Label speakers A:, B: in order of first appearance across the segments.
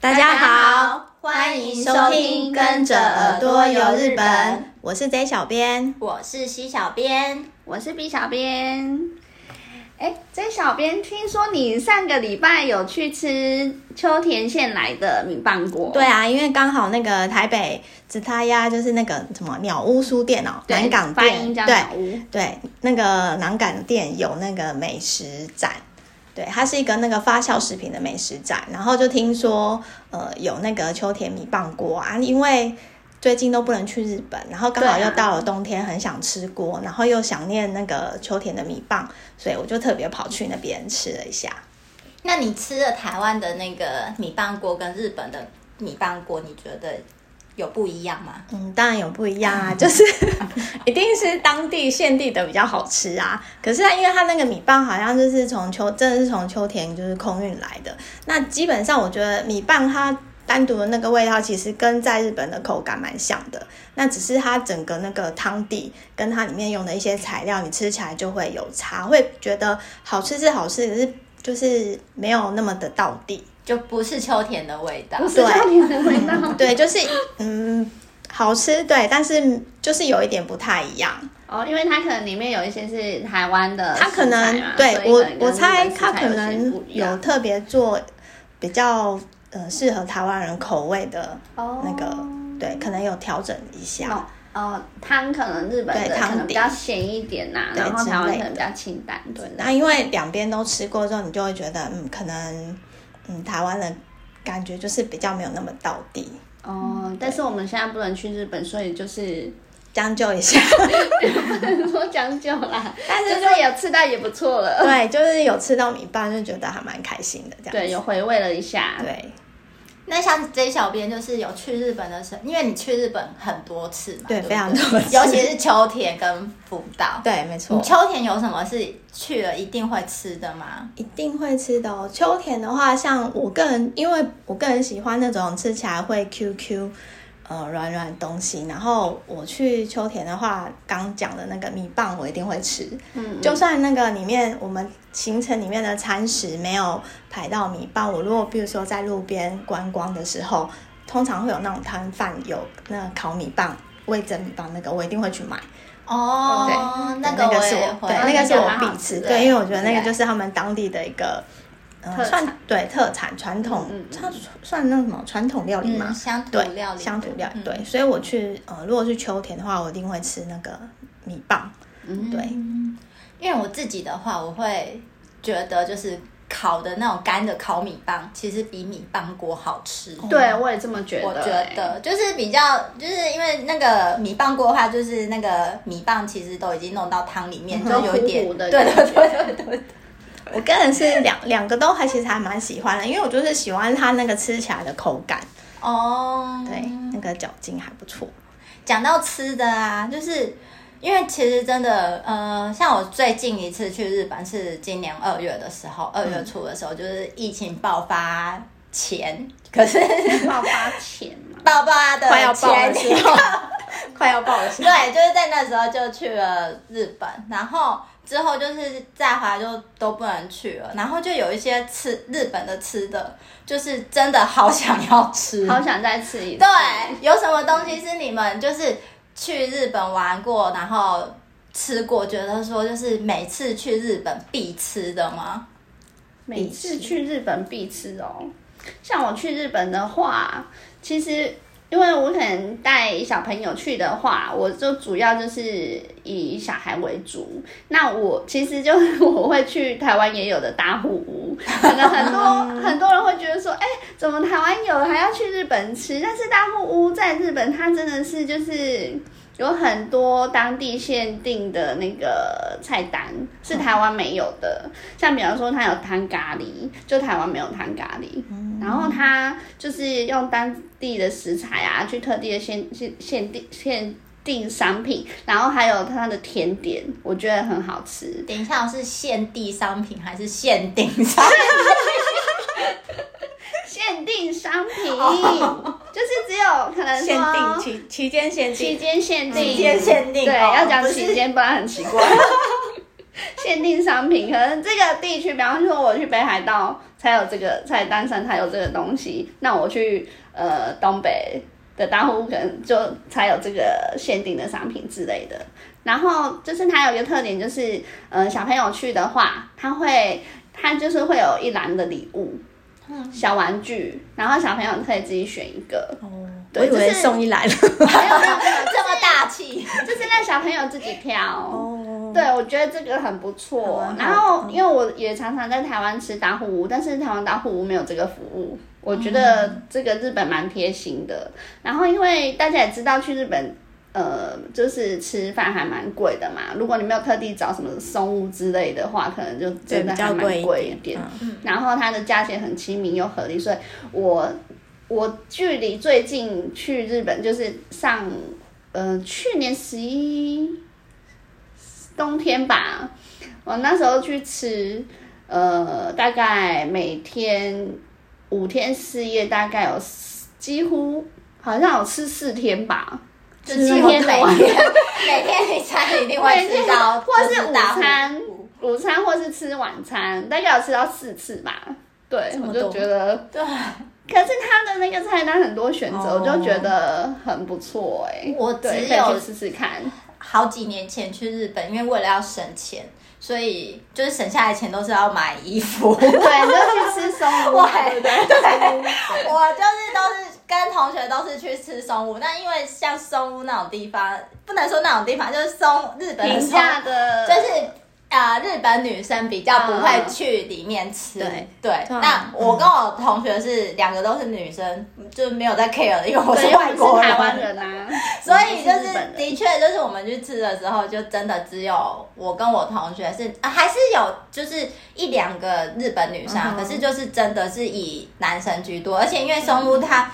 A: 大
B: 家
A: 家
B: 好
A: 好，
B: 欢迎收听跟着耳朵游日本
A: 我是 J 小编。
B: 我是西小编，
C: 我是 B 小编。哎，J 小编，听说你上个礼拜有去吃秋田县来的米棒锅，
A: 对，啊，因为刚好那个台北紫他鸭就是那个什么鸟屋书店哦，
C: 对
A: 南港
C: 发音
A: 店，
C: 叫
A: 对
C: 小屋，
A: 对，那个南港店有那个美食展。对，它是一个那个发酵食品的美食展，然后就听说，呃，有那个秋田米棒锅啊，因为最近都不能去日本，然后刚好
C: 对啊
A: 又到了冬天，很想吃锅，然后又想念那个秋田的米棒，所以我就特别跑去那边吃了一下。
B: 那你吃了台湾的那个米棒锅跟日本的米棒锅，你觉得有不一样吗？
A: 嗯，当然有不一样啊，就是 一定是当地限定的比较好吃啊。可是它因为它那个米棒好像就是从秋，真的是从秋田就是空运来的。那基本上我觉得米棒它单独的那个味道，其实跟在日本的口感蛮像的。那只是它整个那个汤底跟它里面用的一些材料，你吃起来就会有差，会觉得好吃是好吃，可是就是没有那么的到底。
B: 就不是秋田的味道
C: 不，是秋田的味道。
A: 对，就是嗯，好吃对，但是就是有一点不太一样。
C: 哦，因为它可能里面有一些是台湾的呃食
A: 他
C: 材嘛，
A: 可能
C: 所以
A: 对我
C: 跟
A: 我
C: 日本
A: 猜
C: 食材
A: 他可
C: 有些
A: 能
C: 不一
A: 有
C: 样
A: 特别做比较呃适合台湾人口味的
C: 哦
A: 那个、对，可能有调整一下。
C: 哦哦汤，可能日本
A: 对
C: 的
A: 汤
C: 可能比
A: 底
C: 较咸一点呐，
A: 对
C: 然后
A: 之
C: 台湾
A: 类
C: 可能
A: 的
C: 比较清淡，对
A: 那、因为两边都吃过之后，你就会觉得嗯，可能嗯台湾的感觉就是比较没有那么到 底，
C: 哦，但是我们现在不能去日本，所以就是
A: 将就一下。
C: 不能说将就啦，
A: 但是
C: 就是有吃到也不错了。
A: 对，就是有吃到米饭就觉得还蛮开心的这样。
C: 对，有回味了一下。，
A: 对
B: 那像 J 小编就是有去日本的时候，因为你去日本很多次嘛，
A: 对
B: 不
A: 非常多次
B: 尤其是秋田跟福岛。
A: 对，没错。
B: 你秋田有什么是去了一定会吃的吗？
A: 一定会吃的哦。秋田的话，像我个人，因为我个人喜欢那种吃起来会 QQ，呃，软软的东西。然后我去秋田的话，刚讲的那个米棒，我一定会吃。
C: 嗯，
A: 就算那个里面我们行程里面的餐食没有排到米棒，我如果比如说在路边观光的时候，通常会有那种摊贩有那个烤米棒、味噌米棒那个，我一定会去买。
B: 哦，那个
A: 那
B: 我
A: 是
B: 也
A: 我
B: 会，
A: 对
C: 那
A: 那个是
C: 个
A: 我
C: 蛮好
A: 必
C: 吃
A: 吃，
C: 的
A: 对，因为我觉得那个
C: 对
A: 就是他们当地的一个。呃，
C: 特
A: 算
C: 产
A: 对特产传统，
C: 嗯嗯
A: 它算那什么传统料理
B: 嗯，
A: 嘛，
B: 乡土
A: 对
B: 料理，
A: 乡土料理。
B: 嗯
A: 对，所以我去呃，如果去秋田的话，我一定会吃那个米棒。
C: 嗯
A: 对，
B: 因为我自己的话，我会觉得就是烤的那种干的烤米棒，其实比米棒锅好吃。
A: 哦
C: 对我也这么觉得。
B: 我觉
C: 欸，
B: 得就是比较，就是因为那个米棒锅的话，就是那个米棒其实都已经弄到汤里面，
C: 嗯
B: 就有一点，
C: 糊糊的
B: 对
C: 感
B: 对对对对，
A: 我个人是两两个都还其实还蛮喜欢的，因为我就是喜欢它那个吃起来的口感，
B: 哦，
A: 对，那个嚼劲还不错。
B: 讲到吃的啊，就是因为其实真的，呃，像我最近一次去日本是今年二月的时候，二月初的时候，就是疫情爆发前，可是
C: 爆发前嘛。
B: 爆发的
A: 快要爆
B: 前
A: 的
B: 一
A: 时候， 快要爆的时候，
B: 对，就是在那时候就去了日本，然后之后就是在华就都不能去了，然后就有一些吃日本的吃的，就是真的好想要 吃，
C: 好想再吃一次。
B: 对，有什么东西是你们就是去日本玩过，然后吃过，觉得说就是每次去日本必吃的吗？
C: 每次去日本必吃哦。像我去日本的话，其实因为我可能带小朋友去的话，我就主要就是以小孩为主。那我其实就是我会去台湾也有的大户屋，可能很多很多人会觉得说，哎、怎么台湾有还要去日本吃？但是大户屋在日本它真的是就是。有很多当地限定的那个菜单是台湾没有的，像比方说它有汤咖喱，就台湾没有汤咖喱，
A: 嗯
C: 然后它就是用当地的食材啊，去特地的限限限定限定商品，然后还有它的甜点，我觉得很好吃。
B: 等一下，是限定商品还是限定商品？
C: 限定商 品就是只有可能说
A: 限定期期间限
C: 期
A: 定，
C: 间限定，
B: 期间限定
C: 对，
B: 哦
C: 要讲
B: 不是
C: 期间，不然 很奇怪。限定商品，可能这个地区，比方说我去北海道才有这个才单山才有这个东西。那我去呃东北的大户可能就才有这个限定的商品之类的。然后就是它有一个特点就是，呃，小朋友去的话，它会它就是会有一栏的礼物。
B: 嗯
C: 小玩具，然后小朋友可以自己选一个，
B: 哦
A: 我以
C: 对
A: 为
C: 就是
A: 送一来了。
B: 没有没有没有这么大气，
C: 就是让小朋友自己挑。
A: 哦，
C: 对，我觉得这个很不错。
A: 好啊
C: 然后，因为我也常常在台湾吃打虎屋，但是台湾打虎屋没有这个服务，我觉
A: 哦
C: 得这个日本蛮贴心的。然后，因为大家也知道去日本。呃，就是吃饭还蛮贵的嘛。如果你没有特地找什么松屋之类的话，可能就
A: 对，
C: 真
A: 比
C: 的还
A: 较
C: 蛮
A: 贵
C: 贵
A: 一
C: 一点
A: 点。。嗯
C: 然后它的价钱很亲民又合理，所以我我距离最近去日本就是上呃去年十一冬天吧，我那时候去吃，呃，大概每天五天四夜，大概有四几乎好像有吃四天吧，
B: 就
C: 吃
B: 几
C: 那
B: 乎
C: 么
B: 每
C: 多
B: 天每天你餐一定会吃到，
C: 或是午
B: 大户
C: 餐，午餐或是吃晚餐，大概有吃到四次吧。对
A: 这，么
C: 我
A: 多
C: 就觉得
B: 对，
C: 可是他的那个菜单很多选择，
A: 哦
C: 我就觉得很不错哎、
B: 我
C: 对
B: 只
C: 可以
B: 有
C: 去试试看。
B: 好几年前去日本，因为为了要省钱，所以就是省下来的钱都是要买衣服。
C: 对，你就去吃松
B: 我
C: 屋，对不对？
B: 我就是都是跟同学都是去吃松屋，那因为像松屋那种地方，不能说那种地方，就是松日本的
C: 平
B: 松
C: 价的，
B: 就是啊、呃日本女生比较不会去里面吃。
C: 嗯
B: 对
A: 对
B: 那我跟我同学是两个都是女生，就是没有在 care，因为我
C: 对
B: 是外
C: 我
B: 国
C: 们
B: 人，
C: 是台湾人啊，
B: 所以就
C: 我们
B: 是
C: 日本人
B: 的确就是我们去吃的时候，就真的只有我跟我同学是，啊、还是有就是一两个日本女生啊、
A: 嗯哼
B: 可是就是真的是以男生居多，而且因为松
C: 嗯
B: 屋它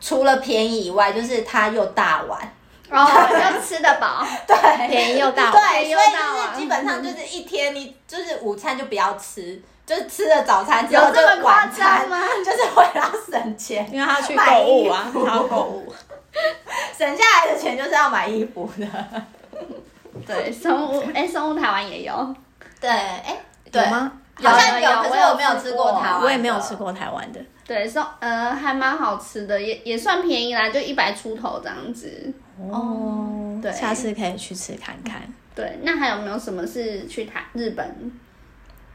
B: 除了便宜以外，就是它又大碗，
C: 哦，要吃得饱，
B: 对，
A: 便宜又大碗，
B: 对，
C: 又
B: 所以
C: 到
B: 就
C: 啊
B: 是基本上就是一天你就是午餐就不要吃，就是吃了早餐之
C: 有
B: 后就
C: 这么夸
B: 晚餐
C: 张，吗？
B: 就是为了省钱，
A: 因为他去购物啊，他要购物。
B: 省下来的钱就是要买衣服 的。
C: 对，松屋，哎、松屋台湾也有，
B: 对，哎，对
A: 有吗？
B: 好像
C: 有有
B: 可是
C: 我有
B: 我没有
C: 吃
B: 吃过
C: 过
B: 台湾的，
A: 我也没有吃过台湾的，
C: 对，松呃还蛮好吃的，也也算便宜啦，就一百出头这样子。
A: 哦，
C: 对
A: 下次可以去吃看看。
C: 对，那还有没有什么是去台日本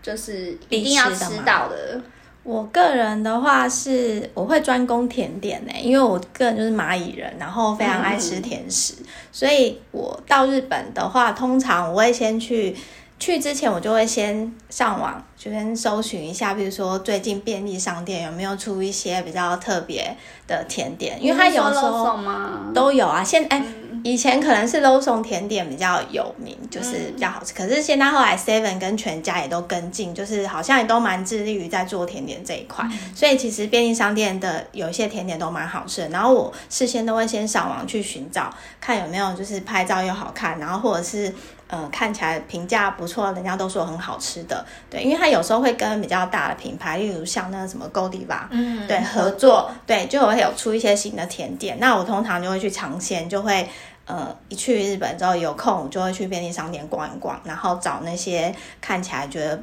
C: 就是
A: 必
C: 一定要
A: 吃的
C: 吃
A: 吗
C: 到的？
A: 我个人的话是，我会专攻甜点呢、因为我个人就是蚂蚁人，然后非常爱吃甜食，
B: 嗯
A: 所以我到日本的话，通常我会先去。去之前，我就会先上网，就先搜寻一下，比如说最近便利商店有没有出一些比较特别的甜点，因为它有时候
C: 送吗？
A: 都有啊。现哎、以前可能是 l o s o n 甜点比较有名，就是比较好吃。可是现在后来 Seven 跟全家也都跟进，就是好像也都蛮致力于在做甜点这一块。所以其实便利商店的有一些甜点都蛮好吃的。然后我事先都会先上网去寻找，看有没有就是拍照又好看，然后或者是。呃，看起来评价不错，人家都说很好吃的，对，因为它有时候会跟比较大的品牌，例如像那个什么 Godiva，
B: 嗯，
A: 对，合作，对，就会有出一些新的甜点。那我通常就会去尝鲜，就会呃，一去日本之后有空，我就会去便利商店逛一逛，然后找那些看起来觉得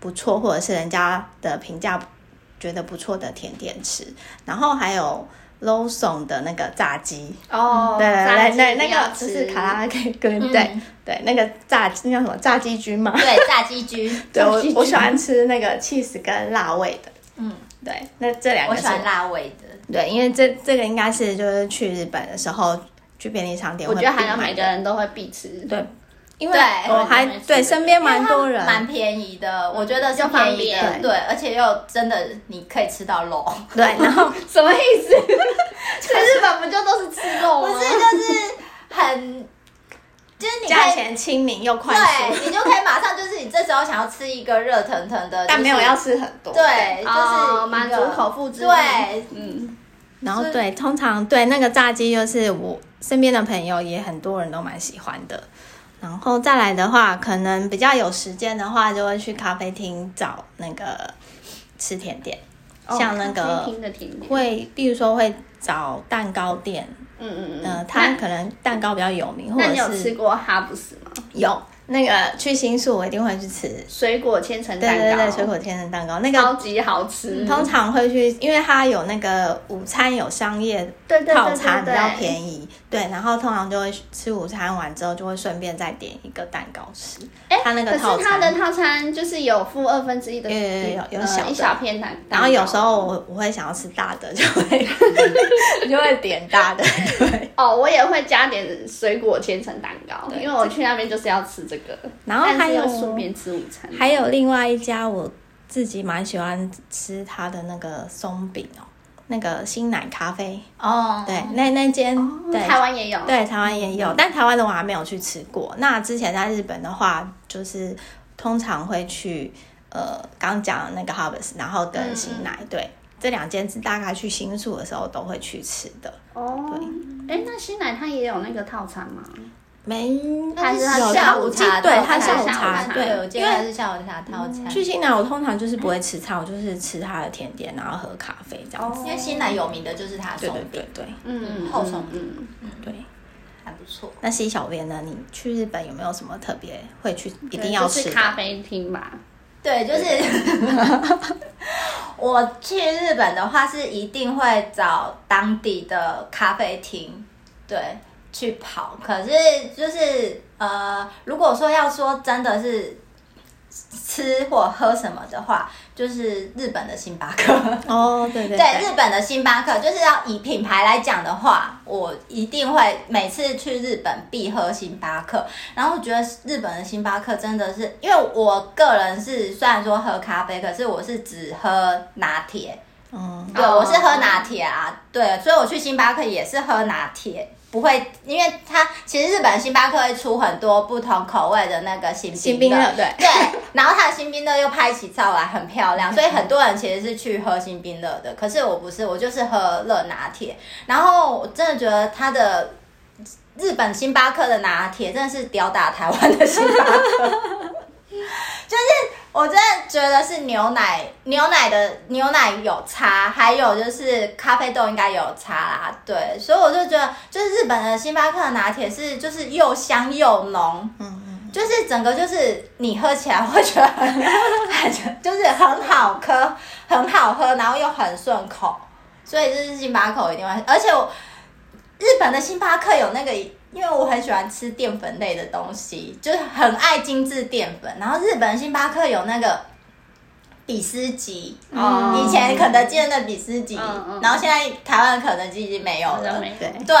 A: 不错，或者是人家的评价觉得不错的甜点吃。然后还有 l o s o n 的那个炸鸡，嗯
C: 哦，
A: 对
C: 炸
A: 对
C: 鸡
A: 对，
C: 一
A: 那
C: 定要
A: 个就
C: 吃
A: 是卡拉 OK 跟、
B: 嗯
A: 对对，那个炸那叫什么炸鸡君嘛，
B: 对，炸鸡居，
A: 对我
C: 炸鸡
A: 我
C: 君
A: 喜欢吃那个 cheese 跟辣味的，
B: 嗯，
A: 对，那这两
B: 我
A: 个是
B: 喜欢辣味的。
A: 对，因为这这个应该是就是去日本的时候去便利商店
C: 我
A: 会
C: 觉
A: 必
C: 得
A: 买的，
C: 好像每个人都会必吃。
A: 对因为
B: 对
A: 我还
C: 我也是
A: 对身边蛮多
B: 因为
A: 人嗯
B: 它蛮便宜的，我觉得是
C: 又方
B: 便宜的，
C: 便
B: 对，而且又真的你可以吃到肉，
A: 对，然后
C: 什么意思？去日本不就都是吃肉
B: 不
C: 吗？
B: 是就是很，就是你可以
A: 价钱亲民又快速，
B: 对你就可以马上就是你这时候想要吃一个热腾腾的，
A: 但没有
B: 就是
A: 要吃很多。
B: 对，就是
C: 哦
B: 一个
C: 满足口腹之欲
B: 对，
C: 嗯，
A: 然后
B: 所以
A: 对，通常对那个炸鸡就是我身边的朋友也很多人都蛮喜欢的。然后再来的话，可能比较有时间的话，就会去咖啡厅找那个吃甜点，像那
C: 哦咖
A: 个
C: 啡厅的甜点，
A: 会，比如说会找蛋糕店，
C: 嗯嗯嗯，
A: 呃，它
C: 那
A: 可能蛋糕比较有名，或
C: 那
A: 者
C: 你有
A: 是
C: 吃过哈布斯吗？
A: 有，那个去新宿，我一定会去吃。
C: 水果千层
A: 对
C: 蛋糕，
A: 对对，水果千层蛋糕那
C: 超
A: 个
C: 级好吃，
A: 通常会去，因为它有那个午餐有商业
C: 对对对
A: 套餐比
C: 对
A: 较
C: 对
A: 便宜，对，然后通常就会吃午餐完之后就会顺便再点一个蛋糕吃。
C: 哎
A: 它那个套
C: 可是它的
A: 餐，
C: 套餐就是有附二分之一的，
A: 有有有有有
C: 呃
A: 小的
C: 一小片蛋，
A: 然后有时候我我会想要吃大的，就会 就会点大 的，对。
C: 哦，我也会加点水果千层蛋糕，因为我去那边就是要吃这个，
A: 然后还
C: 但是
A: 有
C: 又顺便吃午餐，
A: 还有另外一家我自己蛮喜欢吃它的那个松饼哦，那个新奶咖啡，
B: 哦，
A: 对，那那间、对
C: 哦台湾也有，
A: 对台湾也有，但台湾的我还没有去吃过。那之前在日本的话，就是通常会去呃刚讲的那个 Harvest，然后跟新奶，对，这两间是大概去新宿的时候都会去吃的。
C: 哦，哎，那新奶它也有那个套餐吗？
A: 没，
B: 但是它
A: 有
B: 下
A: 我
B: 午
A: 记
B: 茶哦
A: 对
B: 套
A: 它
B: 餐，
A: 下午
C: 下午
A: 茶，
C: 茶
B: 我
A: 对，
B: 记
A: 因
B: 得它
A: 为
B: 是下午茶套餐。
A: 去新奶我通常就是不会吃菜，我就是吃它的甜点，然后喝咖啡这样子。
B: 因为新奶有名的就是它
A: 对
B: 送
A: 对
B: 饼，
A: 对对
C: 嗯，
B: 厚松
C: 嗯，
A: 对。
B: 还不错。
A: 那 C 小编呢？你去日本有没有什么特别会去一定
C: 对
A: 要
C: 就
A: 吃
C: 是
A: 的？
C: 咖啡厅吧，
B: 对，就是我去日本的话，是一定会找当地的咖啡厅，对，去跑。可是就是呃，如果说要说真的是吃或喝什么的话，就是日本的星巴克。
A: 哦，对对
B: 对日本的星巴克，就是要以品牌来讲的话，我一定会每次去日本必喝星巴克。然后我觉得日本的星巴克真的是，因为我个人是虽然说喝咖啡，可是我是只喝拿铁，
A: 嗯，
B: 对，
C: 哦
B: 我是喝拿铁啊，对，所以我去星巴克也是喝拿铁。不会，因为它其实日本星巴克会出很多不同口味的那个新
A: 新
B: 冰
A: 冰
B: 乐，
A: 乐对
B: 对，然后它的新冰乐又拍起照来很漂亮，所以很多人其实是去喝新冰乐的。可是我不是，我就是喝热拿铁。然后我真的觉得它的日本星巴克的拿铁真的是吊打台湾的星巴克，就是我真的觉得是牛奶，牛奶的牛奶有差，还有就是咖啡豆应该有差啦，对，所以我就觉得就是日本的星巴克的拿铁是就是又香又浓，
A: 嗯嗯，
B: 就是整个就是你喝起来会觉得很很就是很好喝，很好喝，然后又很顺口，所以就是星巴克我一定会，而且我日本的星巴克有那个，因为我很喜欢吃淀粉类的东西，就是很爱精致淀粉，然后日本的星巴克有那个。比斯吉，嗯
C: 哦
B: 以前肯德基的那比斯吉，
C: 嗯嗯
B: 然后现在台湾的肯德基已经没有
C: 好像
B: 了，
C: 没有
A: 对
B: 对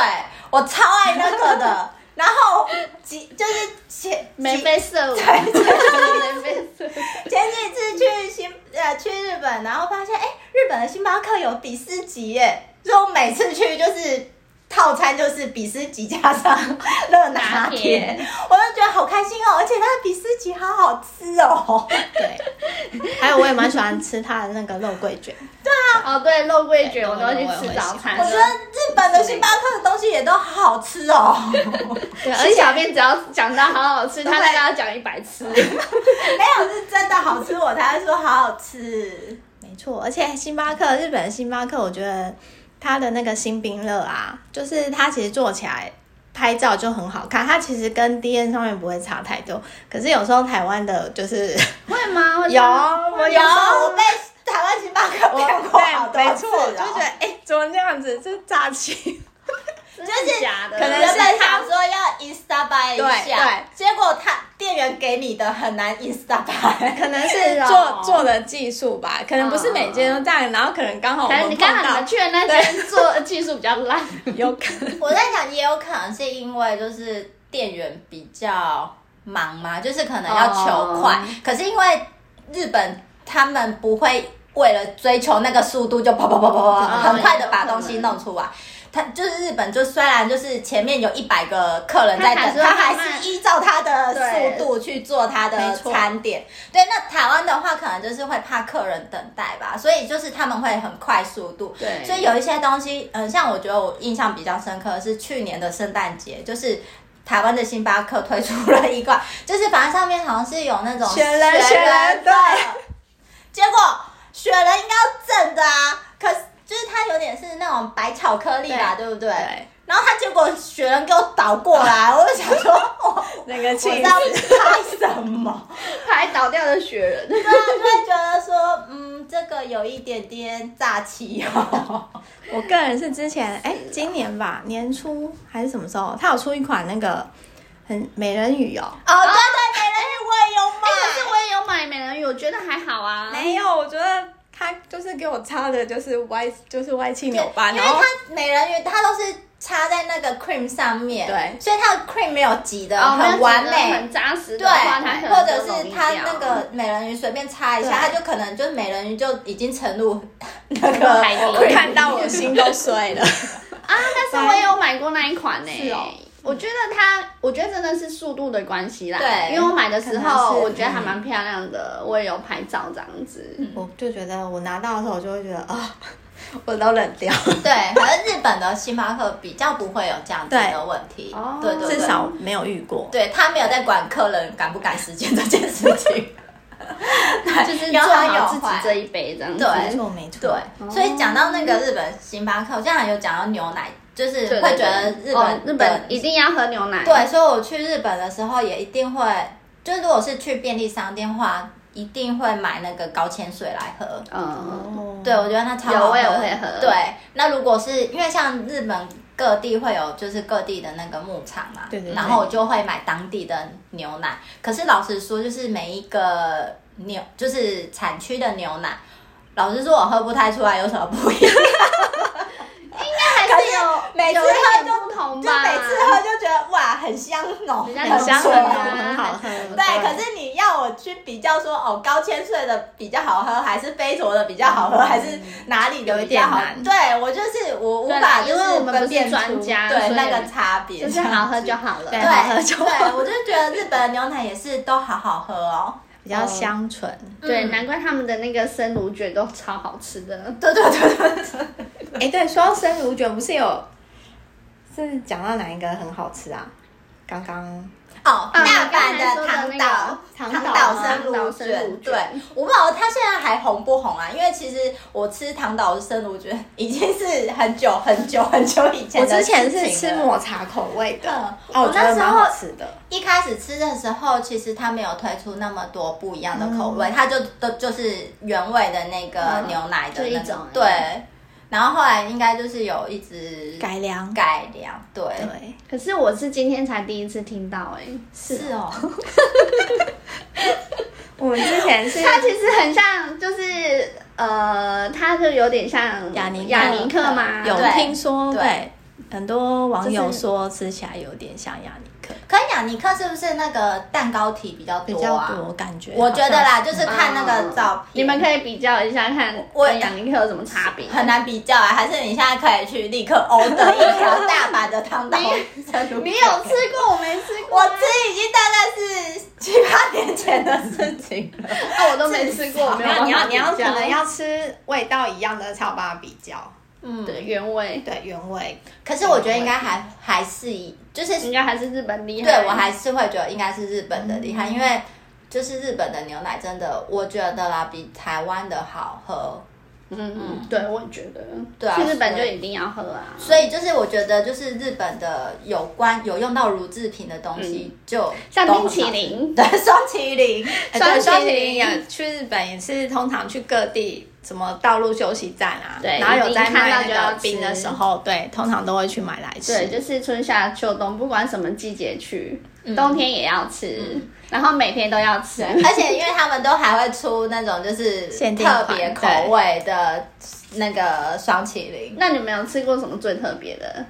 B: 我超爱那个 的。然后几就是前
C: 眉
B: 几
C: 飞色舞，眉飞色舞。
B: 前几次去新呃去日本，然后发现哎，日本的星巴克有比斯吉耶，所以我每次去就是套餐就是比斯吉加上热拿
C: 拿
B: 铁
C: 铁，
B: 我就觉得好开心哦，而且它的比斯吉好好吃 哦。
A: 对。还有我也蛮喜欢吃它的那个肉桂卷，
C: 哦，对，肉桂卷我都会
A: 对我也
C: 去
A: 会
C: 吃早餐
B: 我
C: 了。
B: 觉得日本的星巴克的东西也都好好吃 哦。
C: 对，而且小编只要讲到好好吃，他大概要讲一百次。
B: 没有是真的好吃，我才会说好好吃。
A: 没错。而且星巴克，日本的星巴克，我觉得它的那个新冰乐啊，就是它其实做起来。拍照就很好看，它其实跟 D N 上面不会差太多，可是有时候台湾的 就是
C: 会吗？会
A: 有，
C: 吗
A: 我
B: 有，
A: 有时候
B: 我被台湾星巴克
A: 我
B: 骗过好多
A: 对，没
B: 次
A: 错，
B: 了
C: 啊
A: 就觉得哎、怎么这样子，这诈欺。
C: 就是假的，
A: 可能
B: 原
A: 是
B: 本想说要 Insta buy 一下，
A: 对
B: 结果他店员给你的很难 Insta buy，
A: 可能
C: 是
A: 是
C: 哦
A: 做做的技术吧，可能不是每间都这样，然后可能刚好我
C: 可能
A: 们
C: 你
A: 碰
C: 刚好你
A: 到
C: 们，去的那间做技术比较烂，
A: 有可能。
B: 我在想也有可能是因为就是店员比较忙嘛，就是可能要求快
C: 哦
B: 可是因为日本他们不会为了追求那个速度就啪啪啪啪
C: 哦
B: 啪很快的把东西弄出来。他就是日本，就虽然就是前面有一百个客人在
C: 他还
B: 等，
C: 是会
B: 他
C: 慢
B: 还
C: 慢
B: 是依照他的
C: 对
B: 速度去做他的
A: 没错
B: 餐点。对，那台湾的话可能就是会怕客人等待吧，所以就是他们会很快速度。
C: 对
B: 所以有一些东西，嗯、像我觉得我印象比较深刻的是去年的圣诞节，就是。台湾的星巴克推出了一款，就是反正上面好像是有那种
A: 雪人
B: 雪
A: 雪
B: 人
A: 人
B: 的
A: 对，
B: 结果雪人应该要正的啊，可是就是它有点是那种白巧克力吧，对
A: 对
B: 不对？
A: 对
B: 然后他结果雪人给我倒过来，我就想说，我
A: 那个
B: 我
A: 气
B: 知
A: 势
B: 道拍什 么，
C: 拍倒掉的雪人，
B: 对，就会觉得说，嗯，这个有一点点炸 气哦。
A: 我个人是之前哎、今年吧，年初还是什么时候，他有出一款那个很美人鱼哦。
B: 哦，对对，美人鱼我
A: 哎
C: 可是我也有买美人鱼，我觉得还好啊。
A: 没有，我觉得他就是给我插的，就是歪，就是歪七扭八，
B: 也有买，因
A: 然
B: 为
A: 后
B: 它美人鱼它都是插在那个 cream 上面，
A: 对
B: 所以它的 cream 没有挤的
C: 哦，没有
B: 很完
C: 挤得
B: 美，
C: 很扎实
B: 对，
C: 的话，它可能
B: 或者
C: 就容易
B: 是它
C: 掉
B: 那个美人鱼随便擦一下，
A: 对
B: 它就可能就是美人鱼就已经沉入那个
C: 海底
A: 我
B: cream
A: 看到我心都碎 了。
C: 啊，但是我也有买过那一款呢、
A: 是哦
C: 我觉得它，我觉得真的是速度的关系啦。
B: 对
C: 因为我买的时
A: 可能
C: 候，
A: 是
C: 我觉得还蛮漂亮的，我也有拍照这样子。
A: 我就觉得我拿到的时候，我就会觉得啊、 我都冷掉。
B: 对，反正日本的星巴克比较不会有这样子的问题
C: 对哦，
B: 对对对，
A: 至少没有遇过。
B: 对他没有在管客人赶不赶时间这件事 情。
C: 就是
B: 有
C: 做
B: 好有
C: 好自己
B: 坏
C: 这一杯这样子。
B: 对
A: 没错，没错。
B: 对，所以讲到那个日本星巴克，我刚才有讲到牛奶，就是
C: 哦对对
B: 会觉
C: 对
B: 得日
C: 哦
B: 本
C: 日
B: 的
C: 本一定要喝牛奶。
B: 对，所以我去日本的时候也一定会，就如果是去便利商店的话，一定会买那个高千岁来喝。
C: 嗯，
A: 哦，
B: 对，我觉得那超
C: 有
B: 好
C: 我也
B: 喝
C: 会喝
B: 对，那如果是因为像日本各地会有就是各地的那个牧场嘛，
A: 对对对
B: 然后我就会买当地的牛奶。可是老实说，就是每一个牛就是产区的牛奶，老实说我喝不太出来有什么不一样。可
C: 还是
B: 是
C: 有
B: 每次
C: 有一
B: 喝
C: 点
B: 就
C: 不同
B: 就
C: 吧。
B: 每次喝就觉得哇，很香啊浓，
C: 人家
A: 很香很
B: 醇
A: 浓，很好喝。
C: 啊
B: 对，可是你要我去比较说，哦，高千穗的比较好喝，还是飞陀的比较好
C: 嗯
B: 喝，还是哪里的比较好？
A: 有一点难
B: 对我就是我无
C: 对啦
B: 法，就
C: 因为我们不
B: 分
C: 是
B: 辨出
C: 专家
B: 对
C: 所以
B: 那个差别，
C: 就是好喝就好了。
A: 对
B: 对，
A: 好喝就好
B: 对我就觉得日本的牛奶也是都好好喝哦。
A: 比较香醇。
C: 对，
B: 嗯
C: 难怪他们的那个生乳卷都超好吃的。
B: 对对对对对，
A: 哎、对，说到生乳卷，不是有是讲到哪一个很好吃啊？刚刚
B: 哦，
C: 啊
B: 大阪
C: 我
B: 的
C: 刚才说的
B: 唐
C: 那个
B: 岛
A: 唐
B: 唐
A: 岛
B: 岛
A: 吗
B: 生
C: 唐
B: 乳
C: 岛生乳
B: 卷，对
C: 卷，
B: 我不知道它现在还红不红啊？因为其实我吃唐岛生乳卷已经是很久很久很久以前
A: 我
B: 的事
A: 之前
B: 情
A: 是吃
B: 了
A: 抹茶口味的，
B: 嗯
A: 哦，我觉
B: 那
A: 得
B: 时
A: 蛮好
B: 候
A: 吃的。
B: 一开始吃的时候，其实它没有推出那么多不一样的口味，它就都就是原味的那个
C: 嗯
B: 牛奶的、那
C: 就一
B: 个
C: 种
B: 对。然后后来应该就是有一直
A: 改良，
B: 改良，对
A: 对，
C: 可是我是今天才第一次听到、欸，
B: 是哦，
A: 我们之前是
C: 它其实很像，就是呃，它就有点像
A: 雅尼克
C: 雅尼克嘛，
A: 有
B: 对
A: 听说，
B: 对
A: 对，很多网友
C: 就是
A: 说吃起来有点像雅尼克，
B: 可是雅尼克是不是那个蛋糕体比较
A: 比
B: 多
A: 较
B: 啊？
A: 多感觉。
B: 我觉得啦，就是
C: 嗯
B: 看那个照片，
C: 你们可以比较一下看
B: 我
C: 跟雅尼克有什么差别。
B: 很难比较啊。还是你现在可以去立刻 order 一条大阪的汤岛生乳卷
C: 你有吃过，我没吃过，
B: 我这已经大概是七八年前的事情了。
C: 啊，我都没吃过，我没
A: 你
C: 有办
A: 要
C: 法
A: 你要你要
C: 比较
A: 可
B: 啊
A: 能要吃味道一样的才有办法比较，
B: 嗯，
C: 对原味，
A: 对原味。
B: 可是我觉得应该还还是以，就是
C: 应该还是日本厉害。
B: 对我还是会觉得应该是日本的厉害，因为就是日本的牛奶真的，我觉得啦比台湾的好喝。
C: 嗯嗯，对我也觉得，
B: 对啊
C: 去日本就
B: 所以
C: 一定要喝啊。
B: 所以就是我觉得就是日本的有关有用到乳制品的东西就
C: 像
B: 都
C: 冰
B: 很
C: 淇
B: 好吃
C: 淋
B: 对 双淇淋，
A: 哎
C: 双
A: 对
C: 麒
A: 双麒
C: 麟
A: 麟也去日本也是通常去各地什么道路休息站啊，
C: 对
A: 然后有在
C: 一看到
A: 卖
C: 就要
A: 那个冰的
C: 吃
A: 时候，对，通常都会去买来吃。
C: 对，就是春夏秋冬，不管什么季节去，冬天也要吃，然后每天都要吃。
B: 而且因为他们都还会出那种就是
A: 限定
B: 特
A: 款
B: 别口味的那个双淇淋，
C: 那你们有吃过什么最特别的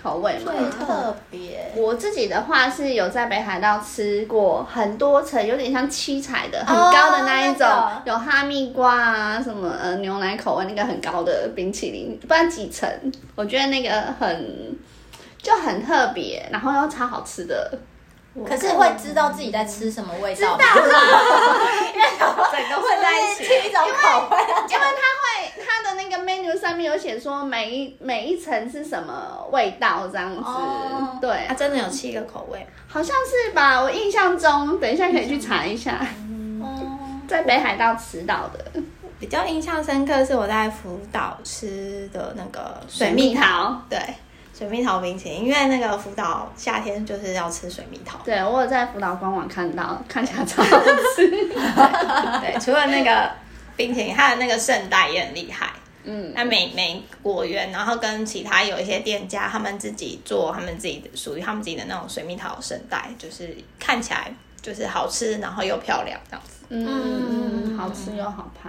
C: 口味吗？
B: 特别
C: 我自己的话是有在北海道吃过很多层，有点像七彩的，很
B: 哦
C: 高的那一种，
B: 那
C: 有哈密瓜啊，什么呃牛奶口味那个很高的冰淇淋，不知道几层，我觉得那个很就很特别，然后又超好吃的。
B: 可是会知道自己在吃什么味道吗，因为想说整个混在一起，一种口味啊。
C: 因为它会它的那个 menu 上面有写说每一每一层是什么味道这样子，
B: 哦
C: 对，
A: 它真的有七个口味，
C: 好像是吧？我印象中，等一下可以去查一下，在北海道吃到的
A: 比较印象深刻是我在福岛吃的那个水
C: 水蜜桃，。
A: 对，水蜜桃冰淇淋，因为那个福岛夏天就是要吃水蜜桃
C: 对我有在福岛官网看到，看起来超好吃。
A: 对，除了那个冰淇淋，它的那个圣代也很厉害。
C: 嗯，
A: 那美美果园，然后跟其他有一些店家，他们自己做他们自己的属于他们自己的那种水蜜桃圣代，就是看起来就是好吃，然后又漂亮这样子。
C: 嗯嗯嗯，好吃又好拍。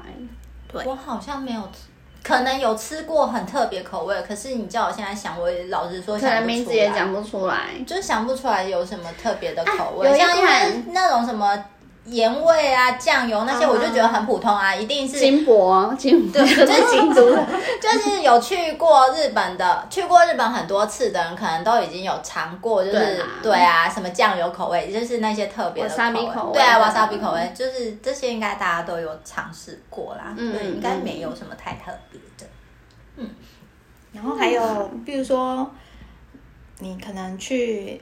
A: 对
B: 我好像没有吃，可能有吃过很特别口味，可是你叫我现在想，我也老实说
C: 可
B: 想不
C: 能
B: 出来。
C: 名字也讲不出来。
B: 就是想不出来有什么特别的口味，
C: 啊有一
B: 像因
C: 款
B: 为那种什么盐味啊、酱油那些，
A: 啊
B: 我就觉得很普通啊，一定是
C: 金箔，金箔就是金 珠的。
B: 就是有去过日本的，去过日本很多次的人，可能都已经有尝过，就是
C: 对啦
B: 对啊，什么酱油口味，就是那些特别的
C: Wasabi 口味
B: 对啊，瓦萨比口味，就是这些应该大家都有尝试过啦，
C: 嗯
B: 所以应该没有什么太特别的。
A: 然后还有比如说，你可能去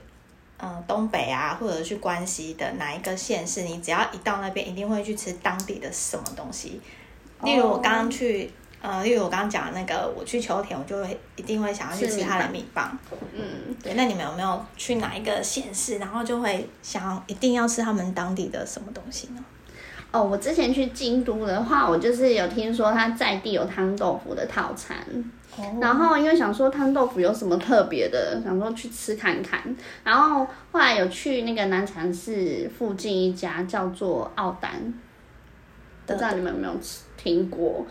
A: 嗯、呃东北啊，或者去关西的哪一个县市，你只要一到那边，一定会去吃当地的什么东西。例如我刚刚去。呃，例如我刚刚讲的那个，我去秋田，我就会一定会想要去
C: 吃
A: 吃
C: 米
A: 它的
C: 棒
A: 米棒。
C: 嗯，
A: 对，那你们有没有去哪一个县市，然后就会想要一定要吃他们当地的什么东西呢？
C: 哦，我之前去京都的话，我就是有听说它在地有汤豆腐的套餐，然后因为想说汤豆腐有什么特别的，想说去吃看看。然后后来有去那个南禅寺附近一家叫做奥丹，不知道你们有没有吃听过？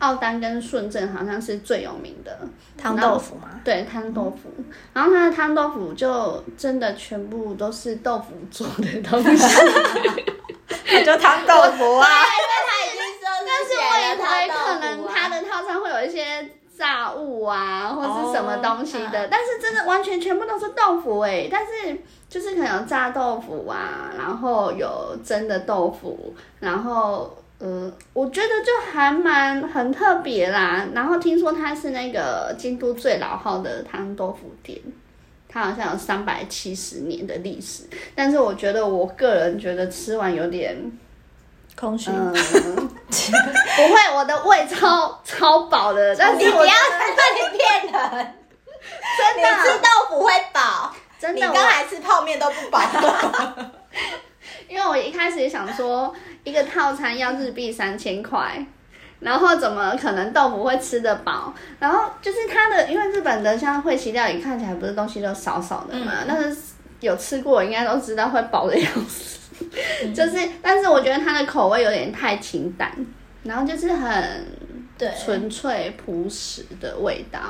C: 奥丹跟顺正好像是最有名的，
A: 汤豆腐吗？
C: 对，汤豆腐。然后它的汤豆腐就真的全部都是豆腐做的东西。
A: 就汤豆腐啊，
B: 他已经说，
C: 但是我以为可能
B: 啊
C: 它的套餐会有一些炸物啊，或是什么东西的，但是真的完全全部都是豆腐哎、但是就是可能有炸豆腐啊，然后有蒸的豆腐，然后。嗯，我觉得就还蛮很特别啦。然后听说它是那个京都最老号的汤豆腐店，它好像有三百七十年的历史。但是我觉得我个人觉得吃完有点
A: 空虚。
C: 嗯，不会，我的胃超超饱的，但
B: 你
C: 是
B: 不
C: 我
B: 要在那里骗人，
C: 真
B: 你吃
C: 的
B: 豆腐会饱，
C: 真
B: 你
C: 的
B: 刚
C: 我，
B: 才吃泡面都不 饱。
C: 因为我一开始也想说，一个套餐要日币三千块。然后怎么可能豆腐会吃得饱？然后就是它的，因为日本的像会席料理看起来不是东西都少少的嘛，但是有吃过应该都知道会饱的要死。就是，但是我觉得它的口味有点太清淡，然后就是很
B: 对，
C: 纯粹朴实的味道。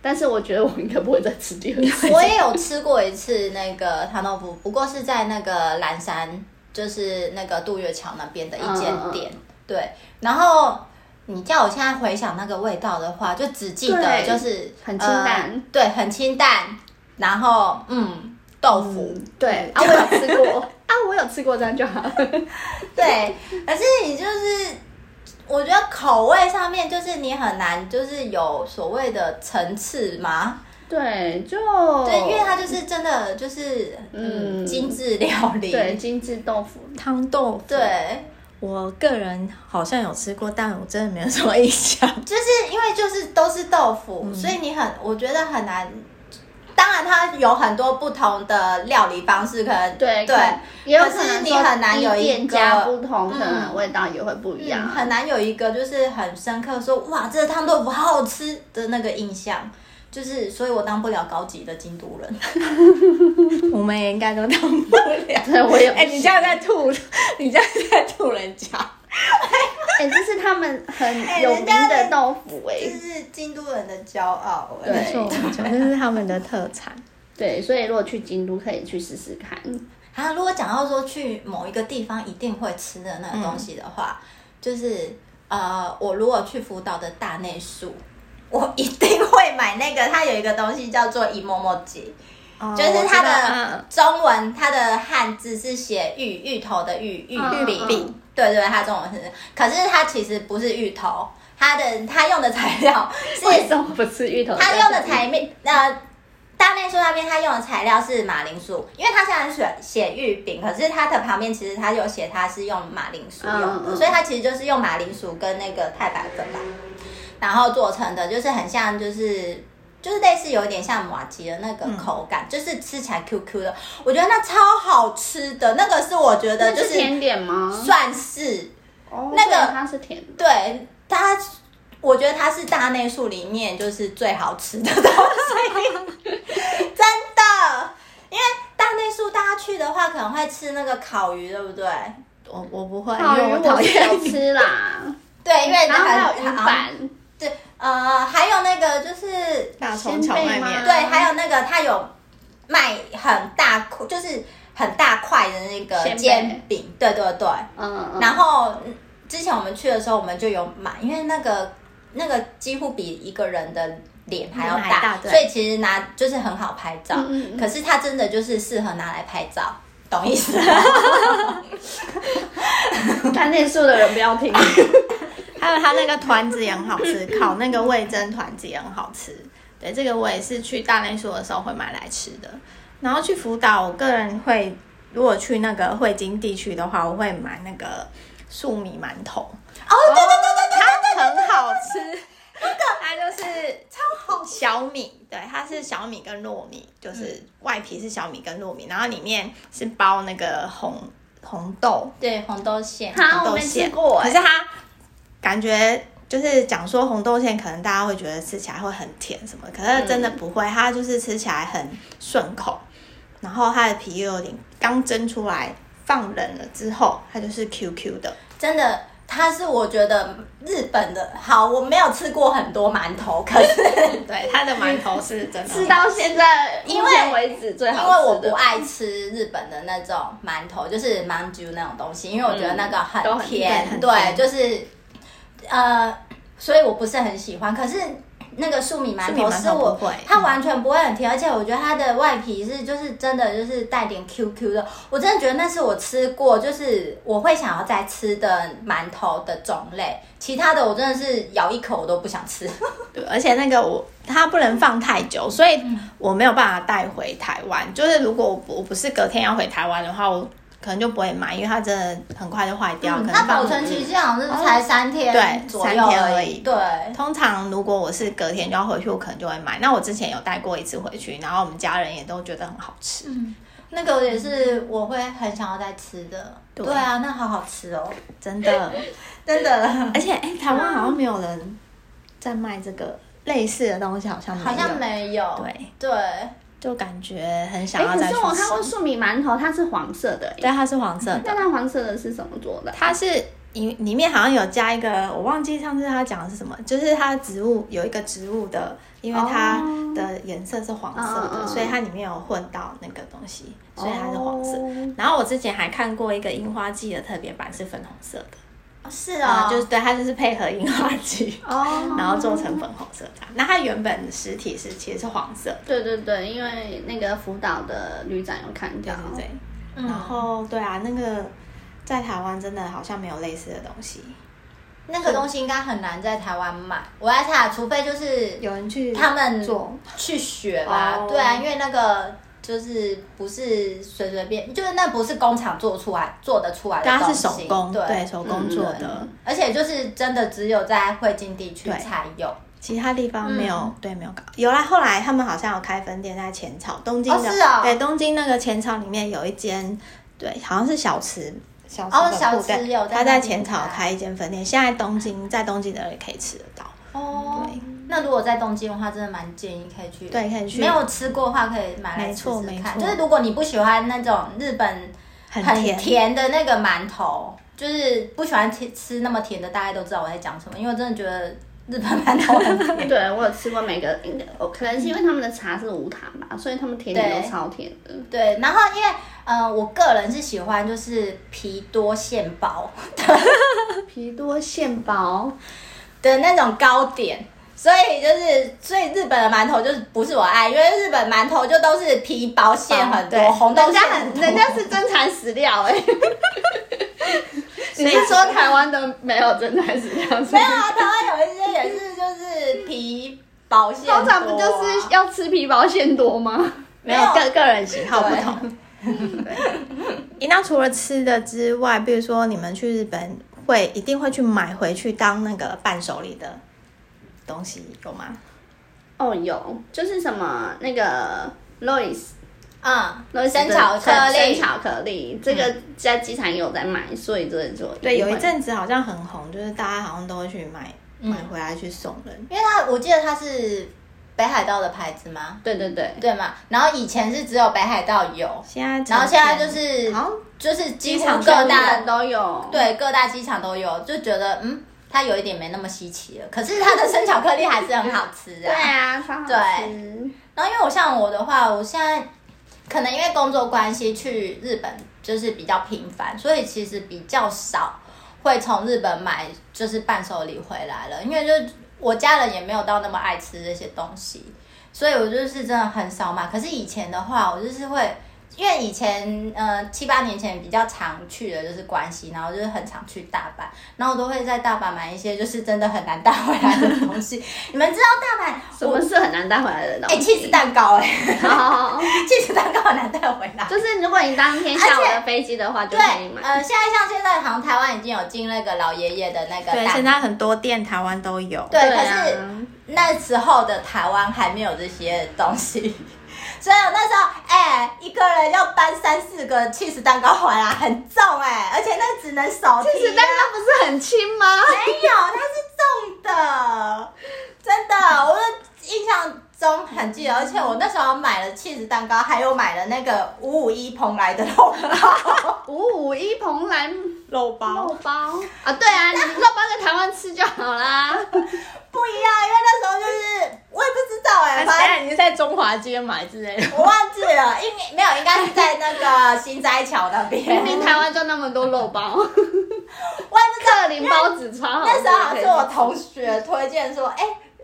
C: 但是我觉得我应该不会再吃第二 次。
B: 我也有吃过一次那个汤豆腐，不过是在那个蓝山，就是那个渡月桥那边的一间
C: 嗯
B: 店。对，然后你叫我现在回想那个味道的话，就只记得
C: 对
B: 就是
C: 嗯很清淡
B: 呃对，很清淡。然后嗯，豆腐，
C: 对啊，我有吃过 啊，我有吃过，这样就好了。
B: 对，可是你就是，我觉得口味上面就是你很难，就是有所谓的层次嘛。
C: 对，就
B: 对，
C: 哦
B: 因为它就是真的就是嗯
C: 嗯
B: 精致料理，
C: 对精致豆腐，
A: 汤豆腐，
B: 对，
A: 我个人好像有吃过，但我真的没有什么印象。
B: 就是因为就是都是豆腐，所以你很我觉得很难。当然，它有很多不同的料理方式，可能
C: 对
B: 对
C: 可能，也有
B: 可
C: 能
B: 是你
C: 说
B: 很难有一
C: 店
B: 个
C: 家不同，可能
B: 嗯
C: 味道也会不一样。
B: 嗯很难有一个就是很深刻说哇，这个汤豆腐好好吃的那个印象。就是，所以我当不了高级的京都人。
A: 我们也应该都当不 了。
C: 对我也不
A: 哎、你这样在吐，你这样在吐人家。
C: 哎、这是他们很有名
B: 哎人家
C: 的
B: 在
C: 豆腐哎、
B: 这 是京都人的骄傲、欸
C: 对
A: 没错，没错，这是他们的特产。
C: 对，所以如果去京都可以去试试看。
B: 啊，如果讲到说去某一个地方一定会吃的那个东西的话，就是呃，我如果去福岛的大内树，我一定会买那个，它有一个东西叫做一摸摸鸡，
A: 哦
B: 就是它
A: 我知道
B: 的
A: 嗯
B: 中文，它的汉字是写芋芋头的芋芋
C: 嗯
B: 饼，
C: 芋饼
B: 对对，它中文是，可是它其实不是芋头，它的它用的材料是
C: 为什么不吃芋头？
B: 他用的材面呃，大内树那边他用的材料是马铃薯，因为他虽然写写玉饼，可是它的旁边其实他有写它是用马铃薯用的，
C: 嗯嗯
B: 所以它其实就是用马铃薯跟那个太白粉吧，然后做成的，就是很像就是就是类似有点像马吉的那个口
C: 嗯
B: 感，就是吃起来 QQ 的，我觉得那超好吃的，那个是我觉得
C: 那
B: 就是是
C: 甜点吗？
B: 算是
C: 哦，
B: 那个
C: 对它是甜的，
B: 对它，我觉得它是大内树里面就是最好吃的东西， 真的。因为大内树大家去的话，可能会吃那个烤鱼，对不对？
A: 我我不会，因
C: 烤鱼
A: 为我讨
C: 我是
A: 厌
C: 有吃啦，
B: 对，因为
C: 然后哎还有鱼
B: 很好
C: 板，
B: 对，呃，还有那个就是
A: 大葱荞麦
C: 鲜贝吗
A: 面。
B: 对，还有那个它有卖很大块，就是很大块的那个
C: 鲜贝
B: 煎饼，对对对。
C: 嗯嗯，
B: 然后嗯之前我们去的时候，我们就有买，因为那个那个几乎比一个人的脸还要
A: 还
B: 大，
A: 大对
B: 所以其实拿就是很好拍照。
C: 嗯嗯嗯
B: 可是它真的就是适合拿来拍照，懂意思吗？
C: 看内素的人不要听。
A: 还有它那个团子也很好吃， 烤那个味噌团子也很好吃。对，这个我也是去大内宿的时候会买来吃的。然后去福岛，我个人会如果去那个汇金地区的话，我会买那个粟米馒头，
B: 哦，对对对对对
A: 它很好吃。它就是超好小米，对，它是小米跟糯米，就是外皮是小米跟糯米，然后里面是包那个红红豆，
B: 对，红豆馅。
C: 哈，
A: 红
C: 我
A: 豆
C: 没吃
A: 馅，
C: 过
A: 可
C: 哎、
A: 是它感觉就是讲说红豆馅，可能大家会觉得吃起来会很甜什么，可是真的不会，它就是吃起来很顺口，然后它的皮又有点刚蒸出来，放冷了之后，它就是 QQ 的。
B: 真的，它是我觉得日本的好，我没有吃过很多馒头，可是
A: 对，它的馒头 是真的
C: 吃到现在目
B: 因为
C: 前为止最
B: 因
C: 好
B: 为
C: 吃的，
B: 我不爱吃日本的那种馒头，就是芒珠那种东西，因为我觉得那个
C: 嗯都
B: 很
C: 很
B: 甜，
A: 对很
B: 对，
A: 甜
B: 就是呃，所以我不是很喜欢。可是那个粟米馒头是
A: 粟米馒头
B: 我
A: 不会
B: 它完全不会很甜，而且我觉得它的外皮是就是真的就是带点 QQ 的，我真的觉得那是我吃过就是我会想要再吃的馒头的种类，其他的我真的是咬一口我都不想吃。
A: 对，而且那个我它不能放太久，所以
B: 嗯
A: 我没有办法带回台湾。就是如果我不我不是隔天要回台湾的话，我可能就不会买，因为它真的很快就坏掉，可能
B: 嗯它
A: 放
B: 保存期限好像是才三天
A: 对
B: 左
A: 三
B: 右
A: 天而
B: 而
A: 已
B: 已，对。
A: 通常如果我是隔天就要回去，我可能就会买。那我之前有带过一次回去，然后我们家人也都觉得很好吃。
B: 那个也是我会很想要再吃的。
A: 对
B: 啊，那好好吃哦，
A: 真的。
B: 真的。嗯
A: 而且哎、台湾好像没有人在卖这个类似的东西，好像没有。
B: 好像没有。
A: 嗯对，
B: 对
A: 就感觉很想
C: 哎、
A: 要
C: 可
A: 再
C: 是
A: 去
C: 我看过
A: 吃。
C: 粟米馒头，它是黄色的、
A: 对，
C: 欸，
A: 它是黄色的，
B: 嗯
C: 那它黄色的是什么做的？
A: 它是里里面好像有加一个，我忘记上次他讲的是什么，就是它的植物有一个植物的，因为它
C: 哦
A: 的颜色是黄色
C: 嗯嗯
A: 的，
C: 嗯
A: 所以它里面有混到那个东西，所以它是黄色的。
C: 哦
A: 然后我之前还看过一个樱花季的特别版是粉红色的，
B: 哦是
A: 啊、
B: 哦，
A: 就是对，它就是配合樱花季，
C: 哦
A: 然后做成粉红色的。那它原本实体是其实是黄色的，
C: 对对对，因为那个福岛的旅展有看
A: 对
C: 到，
A: 不对？
B: 嗯
A: 然后对啊，那个在台湾真的好像没有类似的东西，
B: 那个东西应该很难在台湾买。我在猜，啊除非就是
A: 有人去
B: 他们
A: 做，
B: 去学吧。
A: 哦
B: 对啊，因为那个。就是不是随随便，就是那不是工厂做出来做得出来的
A: 对它
B: 东
A: 是
B: 西，
A: 手工，
B: 对，
A: 对手工做的，
C: 嗯
B: 而且就是真的只有在惠京地区
A: 对
B: 才有，
A: 其他地方没有，
B: 嗯
A: 对，没有搞。有啦，后来他们好像有开分店在浅草，东京的，
B: 哦是哦
A: 对，东京那个浅草里面有一间，对，好像是小吃。小吃
B: 哦
A: 本
B: 小
A: 部
B: 吃
A: 对
B: 有在
A: 他
B: 那
A: 在
B: 里
A: 浅草
B: 开
A: 开一间分店，现在东京在东京的人也可以吃得到。
B: 哦，那如果在东京的话，真的蛮建议可以去，
A: 对可以去
B: 没有吃过的话，可以买来
A: 没
B: 试
A: 错
B: 试
A: 没
B: 看。
A: 错
B: 就是如果你不喜欢那种日本
A: 很
B: 很
A: 甜
B: 甜的那个馒头，就是不喜欢吃吃那么甜的，大家都知道我在讲什么，因为我真的觉得日本馒头很 甜。
C: 对，我有吃过每个，应该哦可能是因为他们的茶是无糖吧，所以他们甜点都
B: 对
C: 超甜的。
B: 对，然后因为呃，我个人是喜欢就是皮多馅包
C: 皮多馅包，
B: 的那种糕点。所以就是，所以日本的馒头就是不是我爱，因为日本馒头就都是皮薄馅很多，
A: 哦对
B: 红豆
C: 人
B: 馅
C: 家
B: 很
C: 很
B: 多。
C: 人家是真材实料哎、 你是说台湾的没有真材实料？
B: 没有啊，台湾有一些也是就是皮保险、
C: 通常不就是要吃皮包馅多吗？
A: 没有
B: 啊没
A: 个
B: 有
A: 个人喜好不同。对，诶那除了吃的之外，比如说你们去日本会一定会去买回去当那个伴手礼的东西有吗？
C: 哦，哦，有，就是什么那个 Lois
B: 嗯，
C: Lois
B: 生
C: 的
B: 巧克
C: 生
B: 力，嗯
C: 巧克力，这个在机场也有在卖，所以这就
A: 对，有一
C: 会
A: 阵子好像很红，就是大家好像都会去买买
B: 嗯
A: 回来去送人。
B: 因为它我记得它是北海道的牌子吗？
C: 对对对，
B: 对嘛？然后以前是只有北海道有，
A: 现在
B: 然后
A: 呈
B: 现在
A: 现
B: 就是
A: 好像
B: 就是几
A: 机
B: 乎
A: 场
B: 各
A: 全
B: 大
A: 部
C: 人都有，
B: 对各大机场都有，就觉得嗯，它有一点没那么稀奇了。可是它的生巧克力还是很好吃
C: 对啊，超好吃。
B: 然后因为我像我的话，我现在可能因为工作关系去日本就是比较频繁，所以其实比较少会从日本买就是伴手礼回来了，因为就我家人也没有到那么爱吃这些东西，所以我就是真的很少买。可是以前的话，我就是会。因为以前，呃，七八年前比较常去的就是关西，然后就是很常去大阪，然后我都会在大阪买一些就是真的很难带回来的东西。你们知道大阪
C: 什么是很难带回来的
B: 哎、
C: 东西？
B: 气 e 蛋糕哎、
C: 好，
B: 气 e 蛋糕很难带回来。
C: 就是如果你当天下午的飞机的话，就
B: 对
C: 可以，买。
B: 呃，现在像现在好像台湾已经有进那个老爷爷的那个
A: 对，
B: 蛋
A: 现在很多店台湾都有。
B: 对，
C: 对
B: 可
C: 啊
B: 是那时候的台湾还没有这些东西，所以我那时候哎、一个人要搬三四个 cheese 蛋糕回来，很重哎、而且那只能手提。
C: 其实蛋糕不是很轻吗？
B: 没有，它是重的，真的，我的印象中很记得，而且我那时候买了 cheese 蛋糕，还有买了那个五五一蓬莱的肉包。
C: 五五一蓬莱肉
A: 肉包
C: 包啊，对啊，你肉包在台湾吃就好 啦。
B: 不一样，因为那时候就是我也不知道哎、
A: 哎，
B: 反正
A: 现在你是在中华街买之类的。
B: 我忘记了，应没有，应该是在那个新斋桥那 边。
C: 明明台湾就那么多肉 包，
B: 我也不知道，
C: 克林包子超好吃。
B: 那时候好像是我同学推荐说，哎、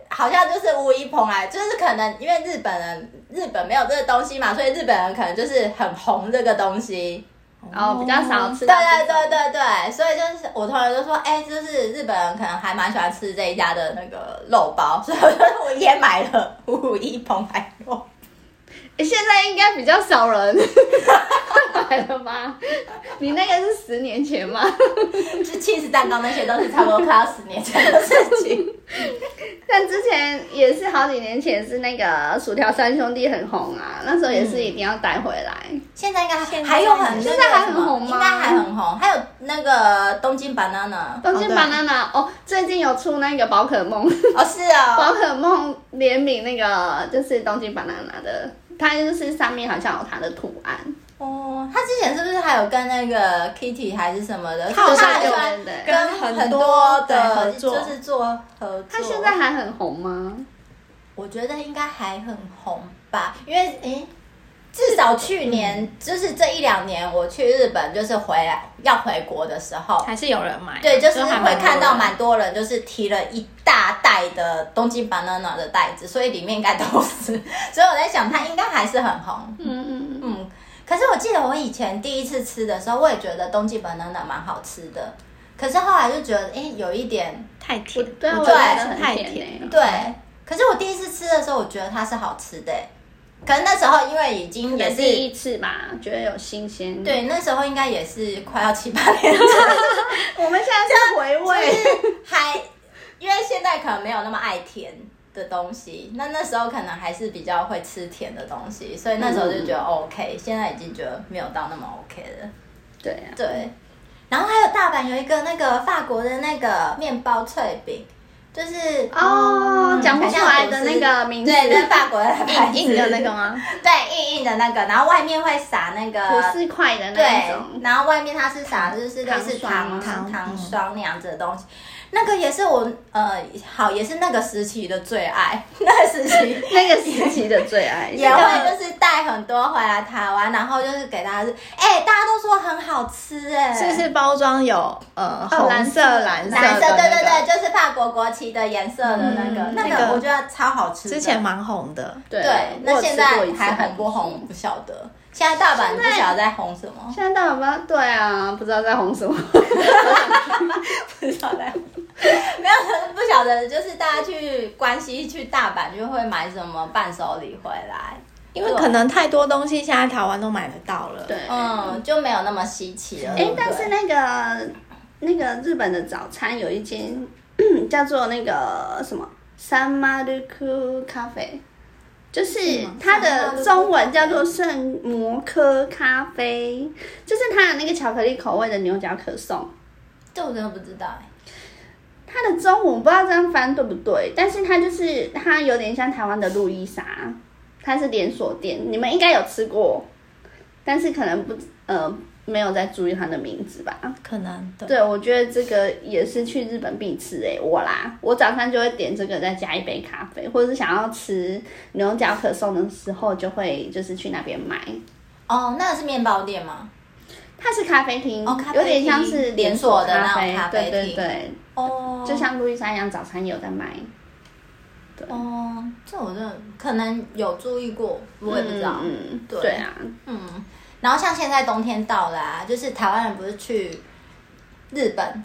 B: 好像就是乌衣蓬莱，啊就是可能因为日本人日本没有这个东西嘛，所以日本人可能就是很红这个东西。
C: 哦比较少吃
B: 对
C: 到这
B: 对对
C: 种
B: 对对，所以就是我同学就说，哎、就是日本人可能还蛮喜欢吃这一家的那个肉包，所以我就我也买了五一蓬莱肉。
C: 欸现在应该比较少 人买了吧？你那个是十年前吗？
B: 就 cheese 蛋糕那些都是差不多快要十年前的事情。
C: 但之前也是好几年前是那个薯条三兄弟很红啊，那时候也是一定要带回来。
B: 现在应该
A: 在
B: 还有很
C: 现在还很红吗
B: 应该还很红。还有那个东京 banana，
C: 东京
A: 对
C: banana 哦最近有出那个宝可梦，
B: 哦是哦，
C: 宝可梦联名那个就是东京 banana 的，它就是上面好像有它的图案。
B: 哦，他之前是不是还有跟那个 Kitty 还是什么的，
A: 他好
B: 就是
A: 像
B: 哦还
A: 有
B: 跟
C: 对
B: 跟
A: 跟
B: 很
A: 很
B: 多
A: 多
B: 的
A: 对合作
B: 就是做合作。
C: 它现在还很红吗？
B: 我觉得应该还很红吧，因为诶。至少去年、就是这一两年，我去日本就是回来要回国的时候，
A: 还是有人买，
B: 对，就是
A: 还
B: 会看到
A: 多人
B: 蛮多人就是提了一大袋的东京 banana 的袋子，所以里面应该都是，所以我在想它应该还是很红。
C: 嗯嗯嗯，
B: 嗯，可是我记得我以前第一次吃的时候，我也觉得东京 banana 蛮好吃的，可是后来就觉得哎、诶有一点
A: 太甜，
C: 对啊，我觉
B: 对
C: 得很
A: 太
C: 甜
A: 甜
C: 欸
A: 了
B: 对，可是我第一次吃的时候，我觉得它是好吃的、可是那时候因为已经也
C: 也
B: 是
C: 是第一次吧，觉得有新鲜。，
B: 对，那时候应该也是快要七八年了，
C: 我们现在在回味。
B: 还因为现在可能没有那么爱甜的东西，那那时候可能还是比较会吃甜的东西，所以那时候就觉得 OK，、现在已经觉得没有到那么 OK 了。
C: 对啊，
B: 对，然后还有大阪有一个那个法国的那个面包脆饼，就是
C: 哦，讲不出来的那个名字，
B: 对，跟法国的牌子
A: 硬硬的那个，吗？
B: 对，硬硬的那个，然后外面会撒那
C: 不
B: 个。
C: 是块的
B: 对
C: 那一种，，
B: 然后外面它是撒就是类似糖
A: 霜
C: 糖
B: 糖
A: 吗
B: 糖
A: 嗯
B: 霜那样子的东西，那个也是我呃好也是那个时期的最爱， 那个时 期
C: 那个时期的最爱。
B: 也会就是带很多回来台湾，然后就是给大家吃，哎、大家都说很好吃哎、
A: 是不是包装有呃
C: 哦蓝
A: 红
C: 色
A: 色、蓝色的
B: 蓝
A: 那
B: 色，
A: 个？
B: 对对对，就是法国国旗的颜色的那个，
A: 嗯
B: 那
A: 那
B: 个
A: 个
B: 我觉得超好吃的。
A: 之前蛮红的。
C: 对
B: 对，那现在还红
C: 很
B: 不红？不晓得。现在大阪不晓得在红什么，
C: 现在到底要不要对啊，不知道在红什么。
B: 不知道在红。 没有，不晓得，就是大家去关西去大阪就会买什么伴手礼回来，
A: 因为
B: 对
A: 可能太多东西现在台湾都买得到了。
C: 对，，
B: 嗯，就没有那么稀奇了。
C: 哎、
B: 对
C: 但是那嗯个那个日本的早餐有一间叫做那个什么三马鲁库咖啡，就是
B: 是吗
C: 它
B: 三马
C: 的
B: 鲁
C: 中文
B: 库
C: 叫做圣摩科咖啡，就是它有那个巧克力口味的牛角可颂。
B: 这我真的不知道哎、
C: 它的中文不知道这样翻对不对，但是它就是它有点像台湾的路易莎，它是连锁店，你们应该有吃过，但是可能不呃没有在注意它的名字吧。
A: 可能对。
C: 对，我觉得这个也是去日本必吃诶、我啦，我早上就会点这个，再加一杯咖啡，或者是想要吃牛角可颂的时候，就会就是去那边买。
B: 哦，那是面包店吗？
C: 它是咖啡厅，
B: 哦咖啡厅
C: 有点像是连锁
B: 连
C: 咖
B: 锁的那
C: 啡，
B: 种咖啡
C: 对对
B: 厅
C: 对，
B: 哦，
C: 就像路易莎一样，早餐也有在卖。
B: 哦，这我真的可能有注意过，我也不知道。
C: 嗯嗯，
B: 对
C: 对啊，
B: 嗯，然后像现在冬天到了、啊，就是台湾人不是去日本，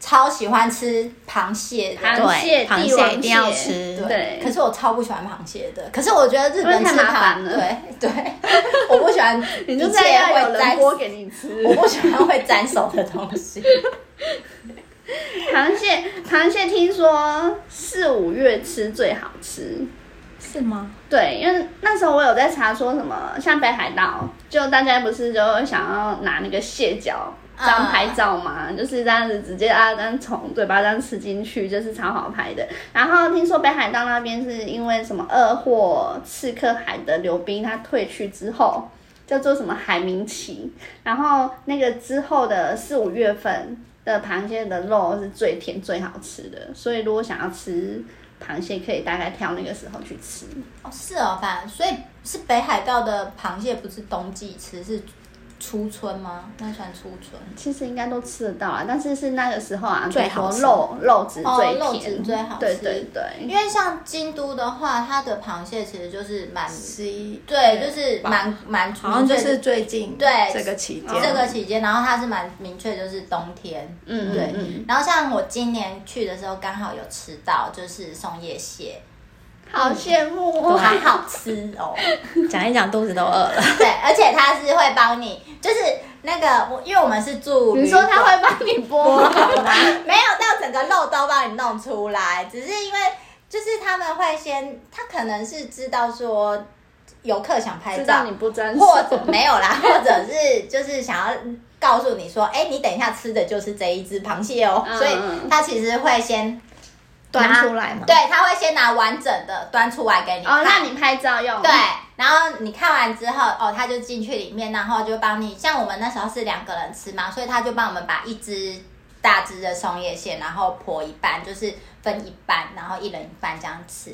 B: 超喜欢吃螃蟹的。
C: 螃蟹
A: 对，螃
C: 帝王
A: 蟹一定要
C: 蟹
A: 吃。
C: 对
B: 可是我超不喜欢螃蟹的。可是我觉得日本
C: 因为太
B: 吃
C: 麻烦
B: 螃，
C: 了
B: 对对，我不喜欢一
C: 你
B: 切
C: 就在要有
B: 会
C: 人
B: 沾，
C: 剥给你吃。
B: 我不喜欢会沾手的东 西。
C: 螃蟹，螃蟹听说四五月吃最好吃。
A: 是吗？
C: 对，因为那时候我有在查说什么，像北海道，就大家不是就想要拿那个蟹脚这样拍照嘛，就是这样子直接啊，这样从嘴巴这样吃进去，就是超好拍的。然后听说北海道那边是因为什么二货刺客海的刘冰他退去之后。叫做什么海明奇，然后那个之后的四五月份的螃蟹的肉是最甜最好吃的，所以如果想要吃螃蟹，可以大概挑那个时候去吃。
B: 哦，是哦，反所以是北海道的螃蟹不是冬季吃，是初春吗？那算初春。
C: 其实应该都吃得到啊，但是是那个时候啊，
A: 最
C: 比如说
A: 好吃
C: 肉肉质
B: 哦
C: 最
B: 肉
C: 甜，
B: 质最好吃
C: 对对对，
B: 因为像京都的话，它的螃蟹其实就是蛮
A: 十一
B: 对，就是蛮蛮
A: 好像就
B: 明确
A: 是
B: 的
A: 最近
B: 对
A: 这个期间，
B: 这个期间，然后它是蛮明确，就是冬天。
C: 嗯
B: 对
C: 嗯嗯，
B: 然后像我今年去的时候，刚好有吃到，就是松叶蟹，
C: 好羡慕
B: 哇，
C: 哦。
B: 啊好吃哦。
A: 讲一讲肚子都饿了。
B: 对，而且它是会帮你，就是那个我，因为我们是住旅
C: 你说他
B: 馆
C: 会帮你剥吗？
B: 没有到整个肉都帮你弄出来，只是因为就是他们会先，他可能是知道说游客想拍
C: 知
B: 照
C: 道你，不真实，
B: 或者没有啦，或者是就是想要告诉你说，哎、你等一下吃的就是这一只螃蟹哦，
C: 嗯
B: 所以他其实会先
A: 端
B: 拿
A: 出来嘛
B: 对，他会先拿完整的端出来给你
C: 哦，
B: 看
C: 让你拍照用。
B: 对，然后你看完之后，哦，他就进去里面，然后就帮你，像我们那时候是两个人吃嘛，所以他就帮我们把一只大只的松叶蟹，然后剖一半，就是分一半，然后一人一半这样吃。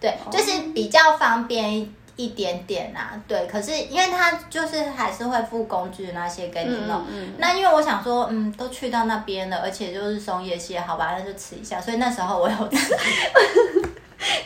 B: 对，就是比较方便一一点点啦、对，可是因为他就是还是会附工具那些给你
C: 嗯，
B: 弄。
C: 嗯嗯，
B: 那因为我想说，嗯，都去到那边了，而且就是松叶蟹，好吧，那就吃一下。所以那时候我有吃，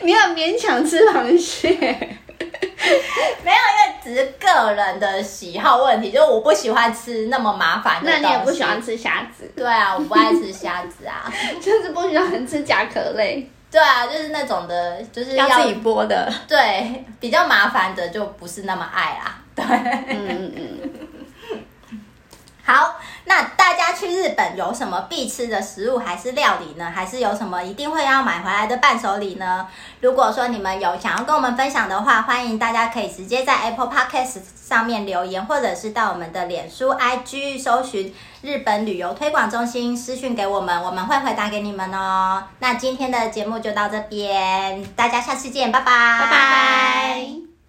C: 你很勉强吃螃蟹，
B: 没有，因为只是个人的喜好问题，就是我不喜欢吃那么麻烦的
C: 那你也不喜
B: 东
C: 欢
B: 西。
C: 吃虾子，
B: 对啊，我不爱吃虾子 啊。
C: 就是不喜欢吃甲壳类。
B: 对啊，就是那种的，就是
A: 要自己剥的，
B: 对比较麻烦的就不是那么爱啦。对，
C: 嗯嗯嗯，
B: 好，那大家去日本有什么必吃的食物还是料理呢？还是有什么一定会要买回来的伴手礼呢？如果说你们有想要跟我们分享的话，欢迎大家可以直接在 Apple Podcast 上面留言，或者是到我们的脸书、IG 搜寻日本旅游推广中心私讯给我们，我们会回答给你们哦。那今天的节目就到这边，大家下次见，拜拜，
C: 拜
B: 拜
C: 拜。